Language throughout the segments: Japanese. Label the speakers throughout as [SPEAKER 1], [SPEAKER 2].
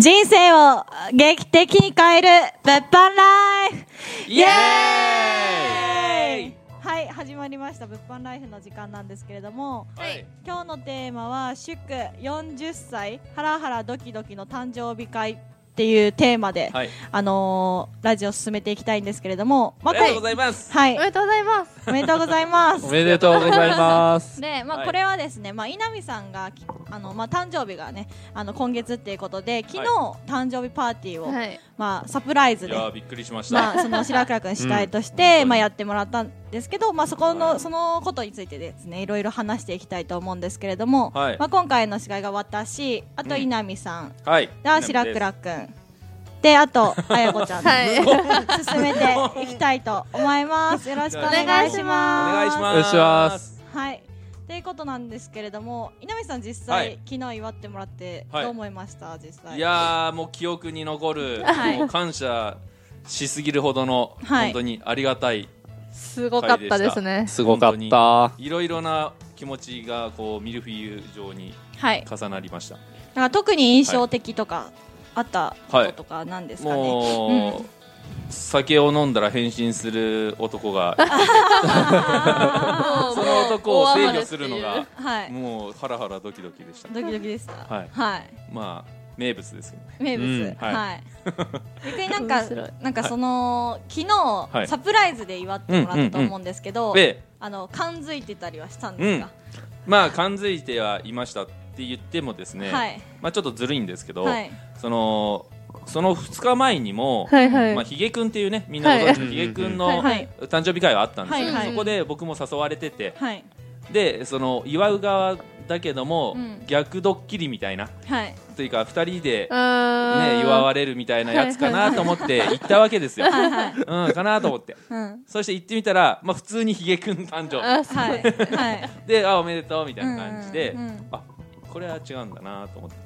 [SPEAKER 1] 人生を劇的に変える物販ライフ
[SPEAKER 2] イエーイ
[SPEAKER 1] はい始まりました物販ライフの時間なんですけれども
[SPEAKER 2] はい
[SPEAKER 1] 今日のテーマは祝40歳ハラハラドキドキの誕生日会っていうテーマで、
[SPEAKER 2] はい
[SPEAKER 1] あのーラジオ進めていきたいんですけれどもま
[SPEAKER 2] あ
[SPEAKER 1] あ
[SPEAKER 2] りがとうござ
[SPEAKER 1] い
[SPEAKER 2] います
[SPEAKER 1] は
[SPEAKER 3] お
[SPEAKER 1] い
[SPEAKER 3] めでとうございます。
[SPEAKER 1] おめでとうございます
[SPEAKER 2] おめでとうございます
[SPEAKER 1] で、ま
[SPEAKER 2] は
[SPEAKER 1] あ、
[SPEAKER 2] い
[SPEAKER 1] これはですね、まあ、稲見さんがきあの、まあ、誕生日がねあの今月っていうことで昨日、誕生日パーティーを、
[SPEAKER 3] はい。
[SPEAKER 1] まあ、サプライズ
[SPEAKER 2] い
[SPEAKER 1] で
[SPEAKER 2] や。ーびっくりしました
[SPEAKER 1] まあ、その白倉君主体として、
[SPEAKER 2] うん
[SPEAKER 1] まあ、やってもらったんですけど、まあ、そこ
[SPEAKER 2] は
[SPEAKER 1] の
[SPEAKER 2] い
[SPEAKER 1] そのことについてですねいろいろ話していきたいと思うんですけれども、
[SPEAKER 2] はい
[SPEAKER 1] まあ、今回の司会が私あと
[SPEAKER 2] うん
[SPEAKER 1] 稲見さん、
[SPEAKER 2] はい
[SPEAKER 1] であ白倉君であと綾子ちゃんで、
[SPEAKER 3] はい。
[SPEAKER 1] 進めていきたいと思いますよろしくお願いし
[SPEAKER 2] お
[SPEAKER 1] ます
[SPEAKER 2] 願いします
[SPEAKER 4] お願いします
[SPEAKER 1] はい。ということなんですけれども、稲見さん実際、
[SPEAKER 2] はい
[SPEAKER 1] 昨日祝ってもらって、
[SPEAKER 2] はい
[SPEAKER 1] どう思いました実際。
[SPEAKER 2] いやーもう記憶に残る、
[SPEAKER 1] はい
[SPEAKER 2] もう感謝しすぎるほどの、
[SPEAKER 1] はい
[SPEAKER 2] 本当にありがたい
[SPEAKER 3] すごかったですね。
[SPEAKER 4] すごかった。
[SPEAKER 2] いろいろな気持ちがこうミルフィーユ状に
[SPEAKER 1] はい。
[SPEAKER 2] 重なりました、
[SPEAKER 1] なんか特に印象的とか、あったこととかなんですかね。
[SPEAKER 2] もう、
[SPEAKER 1] うん
[SPEAKER 2] 酒を飲んだら変身する男が
[SPEAKER 3] も う
[SPEAKER 2] その男を制御するのが。
[SPEAKER 1] はい。
[SPEAKER 2] もうハラハラドキドキでした
[SPEAKER 1] ドキドキでした。
[SPEAKER 2] はいまあ名物ですけどね
[SPEAKER 1] 名物、
[SPEAKER 4] うん
[SPEAKER 1] は。
[SPEAKER 2] はいい
[SPEAKER 1] 逆になんか
[SPEAKER 3] 面白い、
[SPEAKER 1] なんかその、昨日、
[SPEAKER 2] はい
[SPEAKER 1] サプライズで祝ってもらったと思うんですけど。
[SPEAKER 2] で
[SPEAKER 1] あの、感づいてたりはしたんですか。
[SPEAKER 2] まあ感づいてはいましたって言ってもですね、
[SPEAKER 1] はい。
[SPEAKER 2] まあちょっとずるいんですけど、
[SPEAKER 1] はい。
[SPEAKER 2] そのその2日前にも、
[SPEAKER 3] はいはい
[SPEAKER 2] まあ、ヒゲくんっていうねみんなご存知の
[SPEAKER 4] はい
[SPEAKER 2] ヒゲくん
[SPEAKER 1] はい。
[SPEAKER 2] の
[SPEAKER 1] はい。
[SPEAKER 2] 誕生日会があったんですよ、
[SPEAKER 1] はいはい
[SPEAKER 2] そこで僕も誘われてて
[SPEAKER 1] はい。
[SPEAKER 2] でその祝う側だけども、
[SPEAKER 1] うん
[SPEAKER 2] 逆ドッキリみたいな
[SPEAKER 1] はい。
[SPEAKER 2] というか2人で、ね、
[SPEAKER 3] うーん。
[SPEAKER 2] 祝われるみたいなやつかなと思って行ったわけですよ、
[SPEAKER 1] はい。はい。
[SPEAKER 2] うん、かなと思って
[SPEAKER 1] うん。
[SPEAKER 2] そして行ってみたら、まあ、普通にヒゲくん誕生
[SPEAKER 3] あ、そう
[SPEAKER 1] はい。はい。
[SPEAKER 2] 日であおめでとうみたいな感じで、
[SPEAKER 1] うんうんうん
[SPEAKER 2] あこれは違うんだなと思って。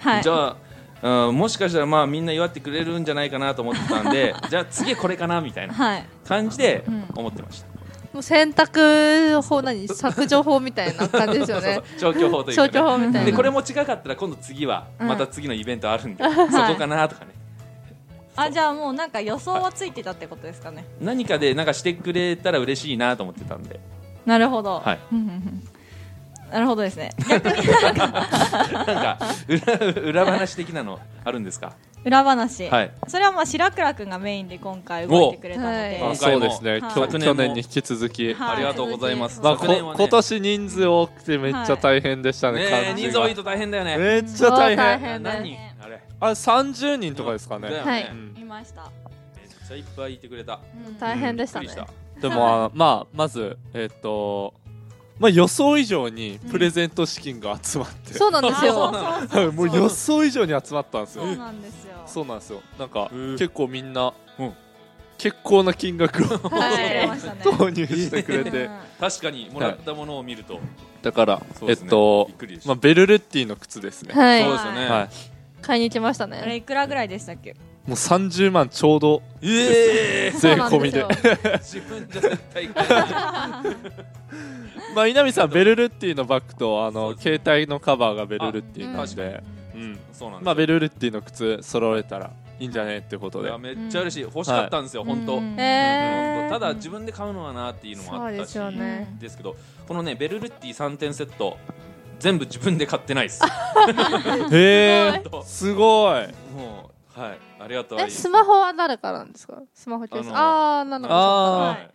[SPEAKER 1] はい。
[SPEAKER 2] じゃあ、うん、もしかしたらまあみんな祝ってくれるんじゃないかなと思ってたんでじゃあ次これかなみたいな
[SPEAKER 1] はい。
[SPEAKER 2] 感じで
[SPEAKER 1] うん
[SPEAKER 2] 思ってました、
[SPEAKER 3] もう洗濯法何削除法みたいな感じですよね。
[SPEAKER 2] 消去法というか、
[SPEAKER 3] 消
[SPEAKER 2] ね、
[SPEAKER 3] 去法みたい
[SPEAKER 2] で
[SPEAKER 3] な。
[SPEAKER 2] これも近かったら今度次は
[SPEAKER 1] うん
[SPEAKER 2] また次のイベントあるんで、そこかなとかね
[SPEAKER 1] あ、じゃあもうなんか予想はついてたってことですかね。
[SPEAKER 2] 何かでなんかしてくれたら嬉しいなと思ってたんで
[SPEAKER 1] なるほど。
[SPEAKER 2] はい
[SPEAKER 1] うんうんうん。なるほどですね。逆に
[SPEAKER 2] なんか裏裏話的なのあるんですか
[SPEAKER 1] 裏話。
[SPEAKER 2] はい
[SPEAKER 1] それはまあ白倉くんがメインで今回動いてくれたので。
[SPEAKER 2] お
[SPEAKER 4] あ
[SPEAKER 2] はい
[SPEAKER 4] そうですね。
[SPEAKER 1] はい
[SPEAKER 4] きょ
[SPEAKER 2] 昨年も
[SPEAKER 4] 去年に引き続き。
[SPEAKER 1] はい
[SPEAKER 2] ありがとうございます、
[SPEAKER 4] まあ、こ
[SPEAKER 2] 昨年はね
[SPEAKER 4] 今年人数多くてめっちゃ大変でしたね。
[SPEAKER 2] ねえ
[SPEAKER 4] 感じ
[SPEAKER 2] 人数
[SPEAKER 4] が
[SPEAKER 2] 多いと大変だよね
[SPEAKER 4] めっちゃ大
[SPEAKER 3] そう大
[SPEAKER 4] 変。
[SPEAKER 3] 変だよ
[SPEAKER 2] 何人
[SPEAKER 1] ね
[SPEAKER 2] あれ
[SPEAKER 4] あ、三十人とかですか
[SPEAKER 2] だよ
[SPEAKER 4] ね。
[SPEAKER 2] ね
[SPEAKER 3] はい
[SPEAKER 4] うん
[SPEAKER 1] いました。
[SPEAKER 2] めっちゃいっぱいいてくれた
[SPEAKER 1] うん
[SPEAKER 3] 大変でした
[SPEAKER 2] び
[SPEAKER 3] ね
[SPEAKER 2] っく。り
[SPEAKER 4] でも、あまあ、まず、えっと。まあ、予想以上にプレゼント資金が集まって。
[SPEAKER 3] そうなん
[SPEAKER 1] あ
[SPEAKER 3] ですよ。
[SPEAKER 1] そうそう
[SPEAKER 4] は
[SPEAKER 1] そ
[SPEAKER 4] い、
[SPEAKER 1] う
[SPEAKER 4] もう予想以上に集まったんですよ
[SPEAKER 1] そ。うなんですよ。
[SPEAKER 4] そうなんですよ。なんか、
[SPEAKER 2] うん
[SPEAKER 4] 結構みんな
[SPEAKER 2] うん。
[SPEAKER 4] 結構な金額を
[SPEAKER 1] はい。ましたね。
[SPEAKER 4] 投入してくれ
[SPEAKER 1] う
[SPEAKER 4] て
[SPEAKER 1] ん。
[SPEAKER 2] 確かにもらったものを見ると、
[SPEAKER 4] だから、
[SPEAKER 2] そうで
[SPEAKER 4] えっ
[SPEAKER 2] すね
[SPEAKER 4] と
[SPEAKER 2] びっくりでし。た
[SPEAKER 4] まあ、ベルレッティの靴ですね。
[SPEAKER 3] は
[SPEAKER 2] そう
[SPEAKER 3] い。
[SPEAKER 2] ですよね、
[SPEAKER 4] はい。
[SPEAKER 3] 買いに行きました
[SPEAKER 1] あれ
[SPEAKER 3] ね。
[SPEAKER 1] いくらぐらいでしたっけ？
[SPEAKER 4] もう30万ちょうど
[SPEAKER 2] ええ
[SPEAKER 4] 税込みで
[SPEAKER 3] そうなんす
[SPEAKER 2] 自
[SPEAKER 3] よ
[SPEAKER 2] 分じゃ絶対買えない
[SPEAKER 4] まあ稲見さんベルルッティのバッグとあ
[SPEAKER 2] そう
[SPEAKER 4] の
[SPEAKER 2] です
[SPEAKER 4] 携帯のカバーがベルルッティなん
[SPEAKER 2] あ
[SPEAKER 4] で、うん
[SPEAKER 2] そうなんですよ
[SPEAKER 4] まあベルルッティの靴揃えたらいいんじゃねってこと
[SPEAKER 2] い
[SPEAKER 4] で
[SPEAKER 2] やめっちゃ嬉しい欲しかったんですよ、
[SPEAKER 1] うん
[SPEAKER 2] 本当、
[SPEAKER 1] うん
[SPEAKER 3] えー。
[SPEAKER 2] ただ自分で買うのはなっていうのもあったし
[SPEAKER 3] そうですよね
[SPEAKER 2] ですけどこのねベルルッティ3点セット全部自分で買ってないです
[SPEAKER 4] へ
[SPEAKER 2] す
[SPEAKER 4] え
[SPEAKER 2] ごい
[SPEAKER 4] すごい
[SPEAKER 2] もうはいありがとう
[SPEAKER 3] え、スマホは誰からなんですかスマホケース。あー、なの
[SPEAKER 4] あー
[SPEAKER 2] はい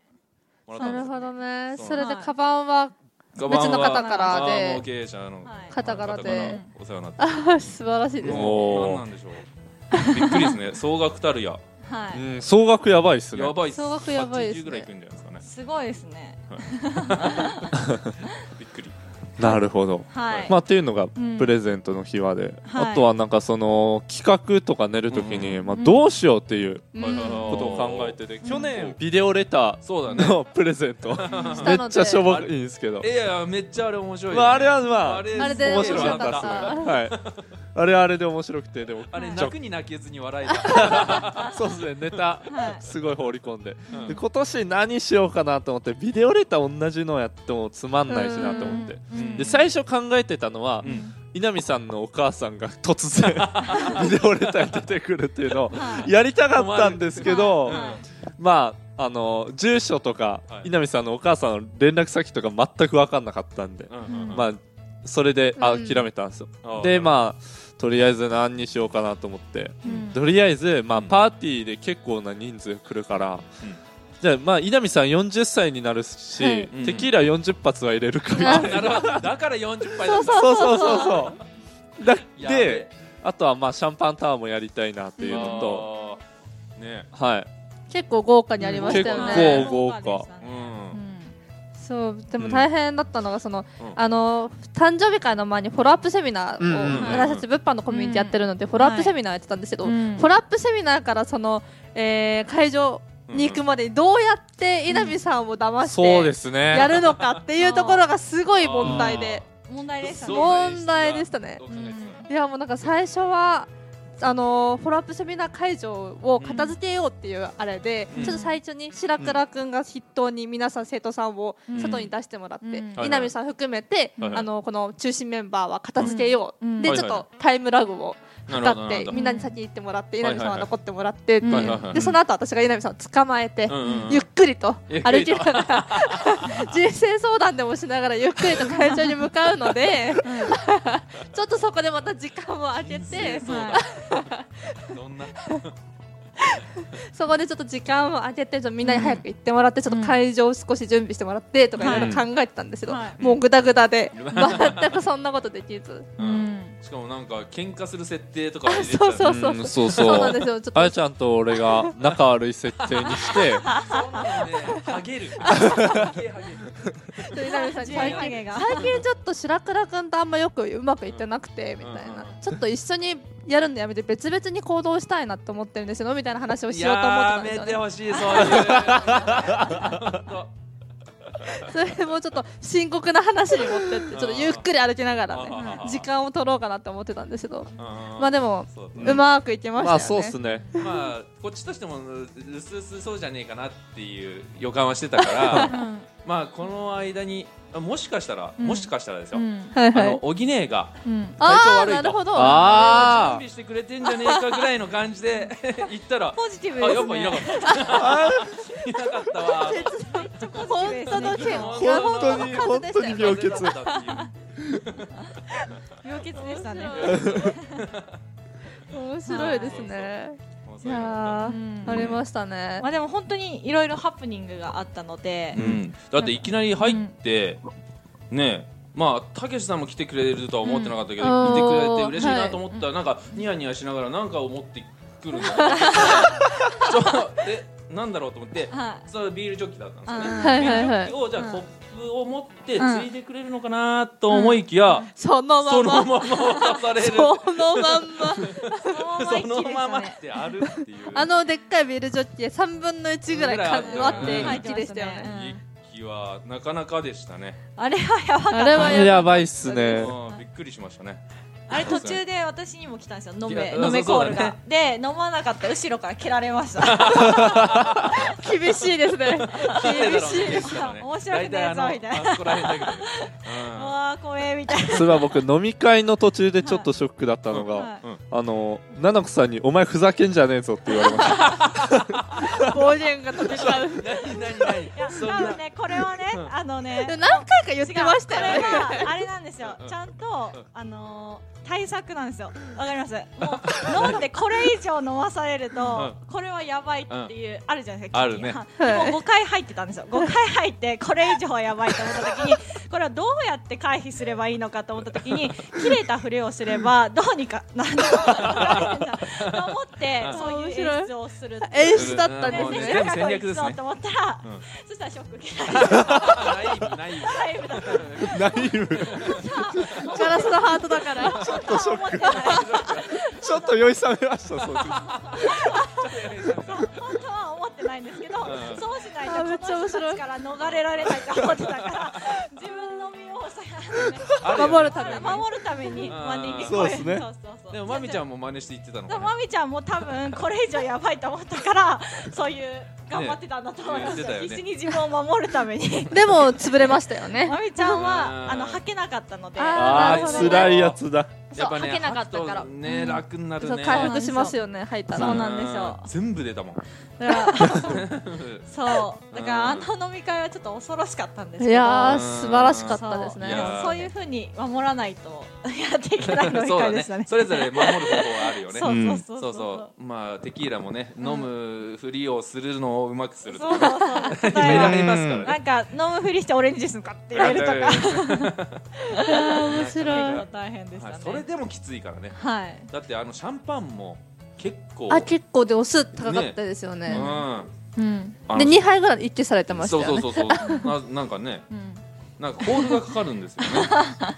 [SPEAKER 2] もらった
[SPEAKER 3] なん
[SPEAKER 2] で
[SPEAKER 3] る
[SPEAKER 2] す
[SPEAKER 3] ほどね。
[SPEAKER 2] そう
[SPEAKER 3] それで、カバンは
[SPEAKER 2] カバンは
[SPEAKER 3] 別の方から
[SPEAKER 2] あーもう
[SPEAKER 3] で、
[SPEAKER 2] 経営者の
[SPEAKER 1] はい
[SPEAKER 3] 方から
[SPEAKER 2] 方から
[SPEAKER 3] で。
[SPEAKER 2] お世話になって
[SPEAKER 3] あ素晴らしいです。
[SPEAKER 2] もう
[SPEAKER 4] おー
[SPEAKER 2] なんなんでしょうびっくりですね総額たるや
[SPEAKER 1] は
[SPEAKER 4] う
[SPEAKER 1] い。
[SPEAKER 4] ん総額やばいっすね
[SPEAKER 2] やばいっす
[SPEAKER 3] 総額やばいですね
[SPEAKER 2] 80ぐらいいくんじゃないですかね
[SPEAKER 1] すごいですね。
[SPEAKER 2] びっくり
[SPEAKER 4] なるほど
[SPEAKER 1] はい。
[SPEAKER 4] まあっていうのが
[SPEAKER 1] ん
[SPEAKER 4] プレゼントの秘話で
[SPEAKER 1] はい
[SPEAKER 4] あとはなんかその企画とか練るときに
[SPEAKER 2] う
[SPEAKER 4] まあどうしようっていう
[SPEAKER 3] うん
[SPEAKER 2] はいはいはい
[SPEAKER 4] ことを考えてて
[SPEAKER 1] ん
[SPEAKER 4] 去年ビデオレタ
[SPEAKER 2] そうだ
[SPEAKER 4] ー
[SPEAKER 2] ね
[SPEAKER 4] のプレゼントめっちゃしょぼいんですけ ど
[SPEAKER 2] いやいやめっちゃあれ面白い、
[SPEAKER 4] まああれはまあ
[SPEAKER 3] あれで面白かった。
[SPEAKER 4] はい。あれあれで面白くてでも
[SPEAKER 2] あれ
[SPEAKER 4] じゃ
[SPEAKER 2] 泣くに泣けずに笑えた、
[SPEAKER 4] あそうですねネタ
[SPEAKER 1] はい
[SPEAKER 4] すごい放り込んで,、
[SPEAKER 2] うん
[SPEAKER 4] で今年何しようかなと思ってビデオレター同じのやってもつまんないしなと思って
[SPEAKER 1] うん
[SPEAKER 2] うん
[SPEAKER 4] で最初考えてたのは、
[SPEAKER 2] うん
[SPEAKER 4] 稲見さんのお母さんが突然 ビデオレターに出てくるっていうのを
[SPEAKER 1] はい
[SPEAKER 4] やりたかったんですけど、
[SPEAKER 1] は
[SPEAKER 4] まああの住所とか、
[SPEAKER 2] はい
[SPEAKER 4] 稲見さんのお母さんの連絡先とか全く分かんなかったんで、
[SPEAKER 1] うん
[SPEAKER 4] まあそれで、あ
[SPEAKER 3] うん
[SPEAKER 4] 諦めたんですよ
[SPEAKER 2] あ
[SPEAKER 4] でまあとりあえず何にしようかなと思って
[SPEAKER 1] いうん
[SPEAKER 4] とりあえず、まあ、
[SPEAKER 2] うん
[SPEAKER 4] パーティーで結構な人数来るから、
[SPEAKER 2] うん
[SPEAKER 4] じゃあまあ稲見さん40歳になるし、
[SPEAKER 3] はい
[SPEAKER 2] うん
[SPEAKER 4] テキーラ40発は入 れるか
[SPEAKER 2] あ
[SPEAKER 4] ら、
[SPEAKER 2] なるほどだから40杯
[SPEAKER 3] そう
[SPEAKER 4] そうそうそうそうだ
[SPEAKER 2] やべ
[SPEAKER 4] であとはまあシャンパンタワーもやりたいなっていうのと、
[SPEAKER 2] あーね
[SPEAKER 4] はい
[SPEAKER 3] 結構豪華にありましたよ
[SPEAKER 4] 結
[SPEAKER 3] ね、
[SPEAKER 4] 構豪華
[SPEAKER 2] う
[SPEAKER 1] うんん
[SPEAKER 3] そうで
[SPEAKER 4] う
[SPEAKER 3] も
[SPEAKER 4] ん
[SPEAKER 3] 大変だったのがその、
[SPEAKER 2] うん
[SPEAKER 3] あの誕生日会の前にフォローアップセミナーを、
[SPEAKER 4] うんうんうん
[SPEAKER 3] 私たち物販のコミュニティやってるので、フォローアップセミナーやってたんですけど、
[SPEAKER 1] うん
[SPEAKER 3] フォローアップセミナーからその、えー会場に行くまでにどうやって稲見さんを騙して、
[SPEAKER 4] そうですね
[SPEAKER 3] やるのかっていうところがすごい問題で
[SPEAKER 1] 問題でした
[SPEAKER 2] そう
[SPEAKER 1] ね
[SPEAKER 3] 問題でしたね
[SPEAKER 2] どう考えてた
[SPEAKER 3] いやもうなんか最初はあのーフォローアップセミナー会場を片付けようっていうあれで、
[SPEAKER 2] うん
[SPEAKER 3] ちょっと最初に白倉くんが筆頭に皆さん生徒さんを
[SPEAKER 1] うん
[SPEAKER 3] 外に出してもらって、
[SPEAKER 1] うんはい
[SPEAKER 4] はい
[SPEAKER 3] 稲見さん含めて、
[SPEAKER 4] はいはい
[SPEAKER 3] あのーこの中心メンバーは片付けよう、
[SPEAKER 1] うん
[SPEAKER 3] で、
[SPEAKER 1] うん
[SPEAKER 3] ちょっとタイムラグを
[SPEAKER 2] なるほど
[SPEAKER 3] 測
[SPEAKER 2] な
[SPEAKER 3] っ
[SPEAKER 2] る
[SPEAKER 3] て
[SPEAKER 2] ほど
[SPEAKER 3] みんなに先行ってもらって
[SPEAKER 4] はいは
[SPEAKER 3] 稲
[SPEAKER 4] い
[SPEAKER 3] 見さんは残ってもらってっていう、
[SPEAKER 1] はいはい
[SPEAKER 2] はい
[SPEAKER 3] でその後私が稲見さんを捕まえて、
[SPEAKER 2] うんうんうん
[SPEAKER 3] ゆっくりと
[SPEAKER 4] ゆっく
[SPEAKER 3] 歩
[SPEAKER 4] り
[SPEAKER 3] き
[SPEAKER 4] と
[SPEAKER 3] ながら 人生相談でもしながらゆっくりと会場に向かう のでちょっとそこでまた時間を空けて
[SPEAKER 2] そう
[SPEAKER 1] は
[SPEAKER 2] だ
[SPEAKER 1] い
[SPEAKER 2] どんな
[SPEAKER 3] そこでちょっと時間を空けてちょっとみんなに早く行ってもらってちょっと会場を少し準備してもらってとかいろいろ考えてたんですけど、
[SPEAKER 1] はい
[SPEAKER 3] もうぐだぐだで全くそんなことできず
[SPEAKER 2] う
[SPEAKER 1] うんん
[SPEAKER 2] しかもなんか喧嘩する設定とか入れて
[SPEAKER 3] そうそううそう、
[SPEAKER 4] んそう
[SPEAKER 3] そうなんで
[SPEAKER 4] そう
[SPEAKER 3] すよちょっ
[SPEAKER 4] あや
[SPEAKER 3] と
[SPEAKER 4] ちゃんと俺が仲悪い設定に して
[SPEAKER 2] ハゲるハゲハゲ
[SPEAKER 3] ちょっと稲見さん
[SPEAKER 1] 自
[SPEAKER 3] に
[SPEAKER 1] 由
[SPEAKER 3] 最
[SPEAKER 1] 発
[SPEAKER 3] 近
[SPEAKER 1] 言が
[SPEAKER 3] 最近ちょっと白倉君とあんまよくうまくいってなくてみたいな、
[SPEAKER 2] う
[SPEAKER 3] ちょっと一緒にやるのやめて別々に行動したいなと思ってるんですよみたいな話をしようと思ってたんです
[SPEAKER 2] や
[SPEAKER 3] よ、ね、
[SPEAKER 2] めてほしいそういうの
[SPEAKER 3] それもちょっと深刻な話に持ってってちょっとゆっくり歩きながらね
[SPEAKER 2] 本当
[SPEAKER 3] 時間を取ろうかなって思ってたんですけどま
[SPEAKER 2] ま
[SPEAKER 3] あでも
[SPEAKER 2] そう
[SPEAKER 3] うまくいきましたよね、
[SPEAKER 4] まあそうっすね
[SPEAKER 2] まあこっちとしてもううすうすそうじゃねえかなっていう予感はしてたから まあこの間にあもしかしたら、
[SPEAKER 1] うん
[SPEAKER 2] もしかしたらですよ、
[SPEAKER 1] うん
[SPEAKER 3] はい
[SPEAKER 2] あ
[SPEAKER 3] は
[SPEAKER 2] の
[SPEAKER 3] い
[SPEAKER 2] おぎねえが
[SPEAKER 1] うん
[SPEAKER 2] 体調
[SPEAKER 3] ああ
[SPEAKER 2] 悪いと
[SPEAKER 3] なるほど
[SPEAKER 4] あ
[SPEAKER 2] 準
[SPEAKER 4] あー
[SPEAKER 2] 備してくれてんじゃねえかぐらいの感じで行ったら
[SPEAKER 1] ポジティブ
[SPEAKER 2] あ
[SPEAKER 1] で
[SPEAKER 2] や
[SPEAKER 1] す
[SPEAKER 2] っぱい
[SPEAKER 1] ね
[SPEAKER 2] なかったいなかったわ
[SPEAKER 3] 本当の件
[SPEAKER 2] 本
[SPEAKER 4] 本当に
[SPEAKER 3] 本
[SPEAKER 4] 本
[SPEAKER 3] 当
[SPEAKER 4] 当
[SPEAKER 3] に
[SPEAKER 4] に病欠
[SPEAKER 2] 風邪だったって
[SPEAKER 1] 病欠でしたね
[SPEAKER 3] 面白いですね
[SPEAKER 2] いうもう
[SPEAKER 3] い
[SPEAKER 2] そういうのがあっ
[SPEAKER 3] や
[SPEAKER 1] うん
[SPEAKER 3] ー、ありましたね
[SPEAKER 1] まあでも本当にいろいろハプニングがあったので
[SPEAKER 2] たうんだっていきなり入って、ねえまあたけしさんも来てくれるとは思ってなかったけど、
[SPEAKER 3] うん
[SPEAKER 2] 来てくれ
[SPEAKER 3] お
[SPEAKER 2] て
[SPEAKER 3] ー
[SPEAKER 2] 嬉しいなと思ったら、なんかニヤニヤしながら何かを持ってくる んだちょえなんだろうと思って
[SPEAKER 1] はい
[SPEAKER 2] それはビールジョッキだったんですよね、
[SPEAKER 1] あ
[SPEAKER 3] は
[SPEAKER 1] ー
[SPEAKER 3] いは
[SPEAKER 2] ビ
[SPEAKER 3] いは
[SPEAKER 2] ール
[SPEAKER 3] い
[SPEAKER 2] ジョッキをじゃあ、
[SPEAKER 1] うん
[SPEAKER 2] コップを持ってついでくれるのかなと思いきや、
[SPEAKER 3] そのま
[SPEAKER 2] その
[SPEAKER 3] ま
[SPEAKER 2] まま渡される
[SPEAKER 3] そのまんま
[SPEAKER 2] そのまま
[SPEAKER 1] 一気でし
[SPEAKER 2] ってあるっていう
[SPEAKER 3] あのでっかいビールジョッキで3分の1ぐらいか
[SPEAKER 2] うん
[SPEAKER 3] 割って
[SPEAKER 2] うん
[SPEAKER 3] 一気でしたよ
[SPEAKER 1] 入ってました
[SPEAKER 3] ね
[SPEAKER 1] ね
[SPEAKER 2] 一気はなかなかでしたね、
[SPEAKER 1] たねあれはやばか
[SPEAKER 3] あ
[SPEAKER 1] っ
[SPEAKER 3] れ
[SPEAKER 1] た
[SPEAKER 3] は
[SPEAKER 4] や
[SPEAKER 3] やば
[SPEAKER 4] ばいっすね
[SPEAKER 2] うんびっくりしましたね
[SPEAKER 1] あれ途中で私にも来たんですよ飲
[SPEAKER 2] い
[SPEAKER 1] め
[SPEAKER 2] や
[SPEAKER 1] 飲めコール
[SPEAKER 2] そう
[SPEAKER 1] が、で飲まなかった後ろから蹴られました
[SPEAKER 3] い厳しいですね厳しい
[SPEAKER 2] ですからね
[SPEAKER 1] 面白くねえぞみたいな
[SPEAKER 2] 大体あのあそこら辺だけど
[SPEAKER 1] うわー怖えみたい
[SPEAKER 4] それは僕飲み会の途中でちょっとショックだったのが、
[SPEAKER 1] な、は
[SPEAKER 2] うん
[SPEAKER 4] あの菜々子さんに「お前ふざけんじゃねえぞ」って言われました
[SPEAKER 3] 暴言が飛び交う
[SPEAKER 2] 何何何
[SPEAKER 1] い、いや
[SPEAKER 2] そん
[SPEAKER 1] 多
[SPEAKER 2] な
[SPEAKER 1] 分ねこれはね
[SPEAKER 2] うん
[SPEAKER 1] あのね
[SPEAKER 3] でも何回か言っ
[SPEAKER 1] 違う
[SPEAKER 3] てましたよ
[SPEAKER 1] こ
[SPEAKER 3] ね
[SPEAKER 1] れはあれなんですよ
[SPEAKER 2] うん
[SPEAKER 1] ちゃん
[SPEAKER 2] うん
[SPEAKER 1] とあのー対策なんですよわかり ますもう飲んでこれ以上飲まされるとこれはやばいっていう、あるじゃないですか
[SPEAKER 2] あるね
[SPEAKER 1] はい
[SPEAKER 3] はい
[SPEAKER 1] もう5回入ってたんですよ5回入ってこれ以上はやばいと思った 時にこれはどうやって回避すればいいのかと思った時に切れたふりをすればどうにかなんとかなるなと思って
[SPEAKER 2] うん
[SPEAKER 1] そういう演出をするっていう
[SPEAKER 3] 演出だったんで
[SPEAKER 2] もう
[SPEAKER 3] す
[SPEAKER 2] ね
[SPEAKER 3] ね
[SPEAKER 2] 全部戦略ですね
[SPEAKER 1] こいつをと思ったら、
[SPEAKER 2] うん
[SPEAKER 1] そしたらショック受け
[SPEAKER 2] ないない
[SPEAKER 1] たライブだった
[SPEAKER 4] ナイブ
[SPEAKER 3] ガラスのハートだから
[SPEAKER 1] ちょっとショック
[SPEAKER 4] ちょっと酔いさめましたそうです
[SPEAKER 1] 本当は思ってないんですけど、
[SPEAKER 2] うん
[SPEAKER 1] そうしないと
[SPEAKER 3] あ
[SPEAKER 1] こ
[SPEAKER 3] め
[SPEAKER 1] の
[SPEAKER 3] っちゃ
[SPEAKER 1] 人
[SPEAKER 3] 面白
[SPEAKER 1] た
[SPEAKER 3] い
[SPEAKER 1] ちから逃れられないと思ってたから自分の身をさよね
[SPEAKER 2] あるよね
[SPEAKER 3] 守るために
[SPEAKER 1] 守るためにマネに
[SPEAKER 4] そうですね
[SPEAKER 1] そうそうそう
[SPEAKER 2] でもまみちゃんも真似して言ってたの
[SPEAKER 1] だか
[SPEAKER 2] からな
[SPEAKER 1] まみちゃんも多分これ以上やばいと思ったからそういう頑張ってたんだと思います、
[SPEAKER 2] ね言ってたよね
[SPEAKER 1] 必死に自分を守るため に
[SPEAKER 3] でも潰れましたよね
[SPEAKER 1] まみちゃん
[SPEAKER 2] う
[SPEAKER 1] は
[SPEAKER 2] ん
[SPEAKER 1] あの履けなかったので
[SPEAKER 3] あ
[SPEAKER 4] あ
[SPEAKER 3] ー
[SPEAKER 4] あ
[SPEAKER 3] なるほどね
[SPEAKER 4] 辛いやつだ
[SPEAKER 3] そう履けなかったから
[SPEAKER 2] 履くとね楽になる
[SPEAKER 3] そう
[SPEAKER 2] ね
[SPEAKER 3] 回復しますよね入ったら
[SPEAKER 1] そうなんですよ
[SPEAKER 2] うん全部出たもん
[SPEAKER 1] だから
[SPEAKER 2] うん
[SPEAKER 1] そうだからあの飲み会はちょっと恐ろしかったんですけ
[SPEAKER 3] い
[SPEAKER 1] ど
[SPEAKER 3] やー
[SPEAKER 2] うん
[SPEAKER 3] 素晴らしかったです
[SPEAKER 2] いや
[SPEAKER 3] ね
[SPEAKER 2] ー
[SPEAKER 1] そういうふうに守らないとやっていけない飲み
[SPEAKER 2] そうだ
[SPEAKER 1] 会でした
[SPEAKER 2] ね
[SPEAKER 1] ね。
[SPEAKER 2] それぞれ守る方法はあるよね
[SPEAKER 1] そうそうそう
[SPEAKER 2] そうそうまあテキーラもね飲むふりをするのをうまくすると
[SPEAKER 1] そう
[SPEAKER 2] か
[SPEAKER 1] そう
[SPEAKER 2] ね
[SPEAKER 1] そう
[SPEAKER 2] 決め
[SPEAKER 1] 例え
[SPEAKER 2] ら
[SPEAKER 1] ば
[SPEAKER 2] れますからね
[SPEAKER 1] なんか飲むふりしてオレンジジュースのかって言われるとか結
[SPEAKER 3] 面白い
[SPEAKER 1] 構大変でした
[SPEAKER 2] は
[SPEAKER 1] ね
[SPEAKER 2] い。それでもきついからね
[SPEAKER 1] はい。
[SPEAKER 2] だってあのシャンパンも結構
[SPEAKER 3] あ結構でお酢高かったですよ
[SPEAKER 2] う
[SPEAKER 3] ね
[SPEAKER 2] ん
[SPEAKER 3] うん
[SPEAKER 2] あの
[SPEAKER 3] で2杯ぐらい一気にされてました
[SPEAKER 2] そう
[SPEAKER 3] よね
[SPEAKER 2] そうそうそうななんかね
[SPEAKER 3] うん
[SPEAKER 2] なんかコールがかかるんですよね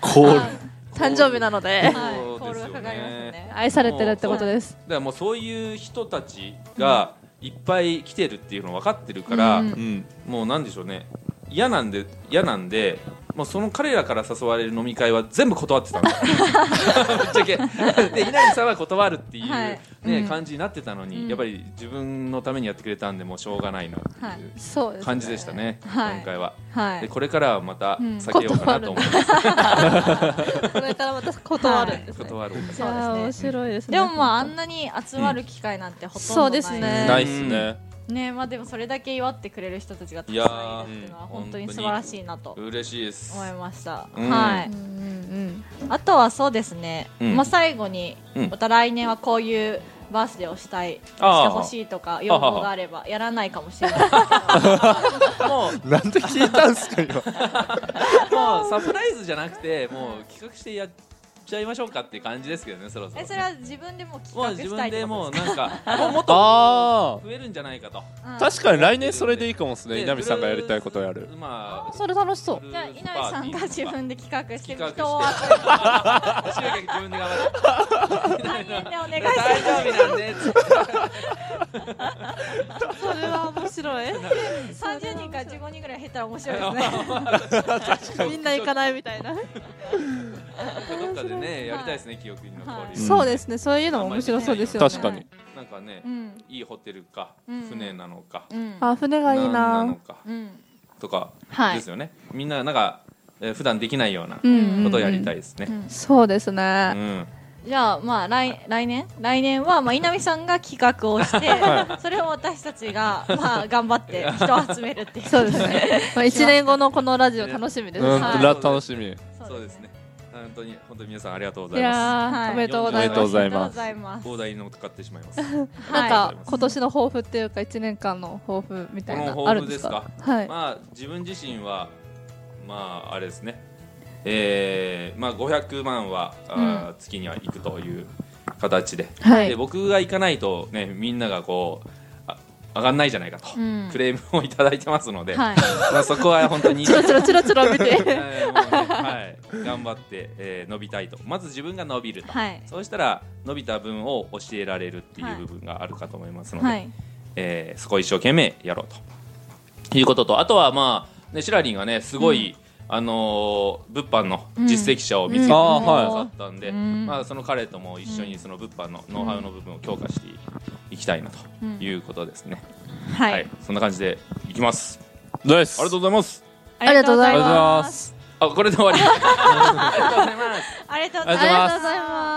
[SPEAKER 4] コール
[SPEAKER 3] 誕生日なので
[SPEAKER 1] はい。
[SPEAKER 2] そう
[SPEAKER 1] コールがかかります
[SPEAKER 2] ですよね
[SPEAKER 1] ね。
[SPEAKER 3] 愛されてるってことです
[SPEAKER 2] だからもうそういう人たちがいっぱい来てるっていうの分かってるから、
[SPEAKER 3] うん
[SPEAKER 4] うん
[SPEAKER 2] もうなんでしょうね嫌なんで嫌なんでもうその彼らから誘われる飲み会は全部断ってた のぶっちゃけで稲荷さんは断るっていう、
[SPEAKER 1] はい
[SPEAKER 2] ね
[SPEAKER 3] うん
[SPEAKER 2] 感じになってたのに、
[SPEAKER 3] うん
[SPEAKER 2] やっぱり自分のためにやってくれたんでもうしょうがないなって
[SPEAKER 1] はい
[SPEAKER 2] いう
[SPEAKER 3] そうですね
[SPEAKER 2] 感じでしたね、
[SPEAKER 1] はい
[SPEAKER 2] 今回は、
[SPEAKER 1] は
[SPEAKER 2] で
[SPEAKER 1] い。
[SPEAKER 2] これからはまた
[SPEAKER 3] うん
[SPEAKER 2] 避けようかなと思います、
[SPEAKER 3] これからまた断るんですね
[SPEAKER 2] 断る
[SPEAKER 3] いやー面白いですね
[SPEAKER 1] でもまああんなに集まる機会なんてほとんど
[SPEAKER 3] そ
[SPEAKER 1] な
[SPEAKER 3] う
[SPEAKER 1] い
[SPEAKER 3] ですね
[SPEAKER 4] ないっすね
[SPEAKER 1] ねまあでもそれだけ祝ってくれる人たちがたくさんいるっていうのはい
[SPEAKER 2] やー
[SPEAKER 1] 本当に素晴らしいなと
[SPEAKER 2] 嬉しいです
[SPEAKER 1] 思いました。
[SPEAKER 2] うん
[SPEAKER 1] はい
[SPEAKER 3] うん。うん
[SPEAKER 1] あとはそうですね、
[SPEAKER 2] うん
[SPEAKER 1] まあ最後に、
[SPEAKER 2] うん
[SPEAKER 1] また来年はこういうバースデーをしたい、して
[SPEAKER 2] あー
[SPEAKER 1] ほしいとか要望があればやらないかもしれ ない。
[SPEAKER 2] もう
[SPEAKER 4] なんで聞いたんすか今
[SPEAKER 2] もうサプライズじゃなくてもう企画してやっちゃいましょうかっていう感じですけどねそろそろ
[SPEAKER 1] えそれは自分でもう
[SPEAKER 2] もう
[SPEAKER 1] 企画
[SPEAKER 2] 自
[SPEAKER 1] したいっ
[SPEAKER 2] 分
[SPEAKER 1] て
[SPEAKER 2] で
[SPEAKER 1] こ
[SPEAKER 2] も
[SPEAKER 1] と
[SPEAKER 2] う
[SPEAKER 1] ですか。
[SPEAKER 2] なんかもうもっ
[SPEAKER 4] あ
[SPEAKER 2] と
[SPEAKER 4] ー
[SPEAKER 2] 増えるんじゃないかと
[SPEAKER 1] うん
[SPEAKER 4] 確かに来年それでいいかもですね
[SPEAKER 2] で
[SPEAKER 4] 稲見さんがやりたいことやる
[SPEAKER 2] まあ
[SPEAKER 3] それ楽しそう
[SPEAKER 1] じゃあ稲荷さんが自分で企画して人を
[SPEAKER 2] 企
[SPEAKER 1] 集
[SPEAKER 2] 画し
[SPEAKER 1] め
[SPEAKER 2] 私が自分で頑
[SPEAKER 1] 3人でお願いし
[SPEAKER 2] 張る大
[SPEAKER 1] ま
[SPEAKER 2] 丈夫なんで
[SPEAKER 3] それは面白い
[SPEAKER 1] す。30人から15人ぐらい減ったら面白いです ね。
[SPEAKER 3] みんな行かないみたいな
[SPEAKER 2] どっかでねやりたいですね記憶に残
[SPEAKER 1] はい
[SPEAKER 2] る
[SPEAKER 3] そうですねそういうのも面白そうですよね
[SPEAKER 4] 確かに
[SPEAKER 2] なんかね
[SPEAKER 1] うん
[SPEAKER 2] いいホテルか
[SPEAKER 1] うん
[SPEAKER 2] 船なのか
[SPEAKER 1] うん
[SPEAKER 3] あ船がいい
[SPEAKER 2] なんな
[SPEAKER 3] な
[SPEAKER 2] のか
[SPEAKER 1] うん
[SPEAKER 2] とか
[SPEAKER 1] は
[SPEAKER 2] で
[SPEAKER 1] い
[SPEAKER 2] す。よねみんななんかえー普段できないような
[SPEAKER 3] うんうん
[SPEAKER 2] ことをやりたいですね
[SPEAKER 1] うん
[SPEAKER 3] そうです
[SPEAKER 2] う
[SPEAKER 3] ね
[SPEAKER 2] ん
[SPEAKER 1] じゃあまあ来来年来年はまあ稲見さんが企画をして、それを私たちがまあ頑張って人を集めるっていう。
[SPEAKER 3] そうですねまあ一年後のこのラジオ楽しみです
[SPEAKER 4] うん
[SPEAKER 1] はい
[SPEAKER 4] ら楽しみ
[SPEAKER 2] そうですね。本当に本当に皆さんありがとうご
[SPEAKER 3] い
[SPEAKER 2] ざいま
[SPEAKER 3] やー
[SPEAKER 1] はい
[SPEAKER 3] おめでとうござい
[SPEAKER 4] おめでとう
[SPEAKER 3] ま
[SPEAKER 4] ご
[SPEAKER 3] す
[SPEAKER 4] ざいます
[SPEAKER 1] ありがとうございます
[SPEAKER 2] す。。膨大に乗っかってしまいます。
[SPEAKER 3] なん
[SPEAKER 1] は
[SPEAKER 3] か今年の抱負っていうか一年間の抱負みたいな
[SPEAKER 2] この抱
[SPEAKER 3] ある
[SPEAKER 2] 負
[SPEAKER 3] んです
[SPEAKER 2] で
[SPEAKER 3] か
[SPEAKER 2] す
[SPEAKER 3] はい
[SPEAKER 2] まあ自分自身はまああれですね。えー、まあ500万は、あー月には行くという形で、
[SPEAKER 3] は
[SPEAKER 2] で
[SPEAKER 3] い
[SPEAKER 2] 僕が行かないとねみんながこうあ上がんないじゃないかと、
[SPEAKER 1] うん
[SPEAKER 2] クレームをいただいてますので、
[SPEAKER 1] はい。
[SPEAKER 2] まあそこは本当に。
[SPEAKER 3] チロチロチロチロ見
[SPEAKER 2] え
[SPEAKER 3] て
[SPEAKER 2] ーもうねはい、頑張って、えー伸びたいとまず自分が伸びると、
[SPEAKER 1] はい
[SPEAKER 2] そうしたら伸びた分を教えられるっていう部分があるかと思いますので、
[SPEAKER 1] はい。
[SPEAKER 2] えーそこを一生懸命やろうということとあとはまあ、ね、シラリンがねすごい、あのー物販の実績者を見つけてくだ
[SPEAKER 4] うんうん
[SPEAKER 2] さったんで、
[SPEAKER 1] ん
[SPEAKER 2] まあ、その彼とも一緒にその物販のノウハウの部分を強化していきたいなということですね、
[SPEAKER 1] は
[SPEAKER 2] はいい。そんな感じでいきます
[SPEAKER 4] ナイス
[SPEAKER 2] ありがとうございます
[SPEAKER 1] ありがとうござい
[SPEAKER 4] ありがとうござい
[SPEAKER 1] ま。
[SPEAKER 4] ますす
[SPEAKER 2] あこれで終わりありがとうございま
[SPEAKER 1] あ
[SPEAKER 2] す
[SPEAKER 1] りがとう
[SPEAKER 4] ありがとうございます
[SPEAKER 1] ます。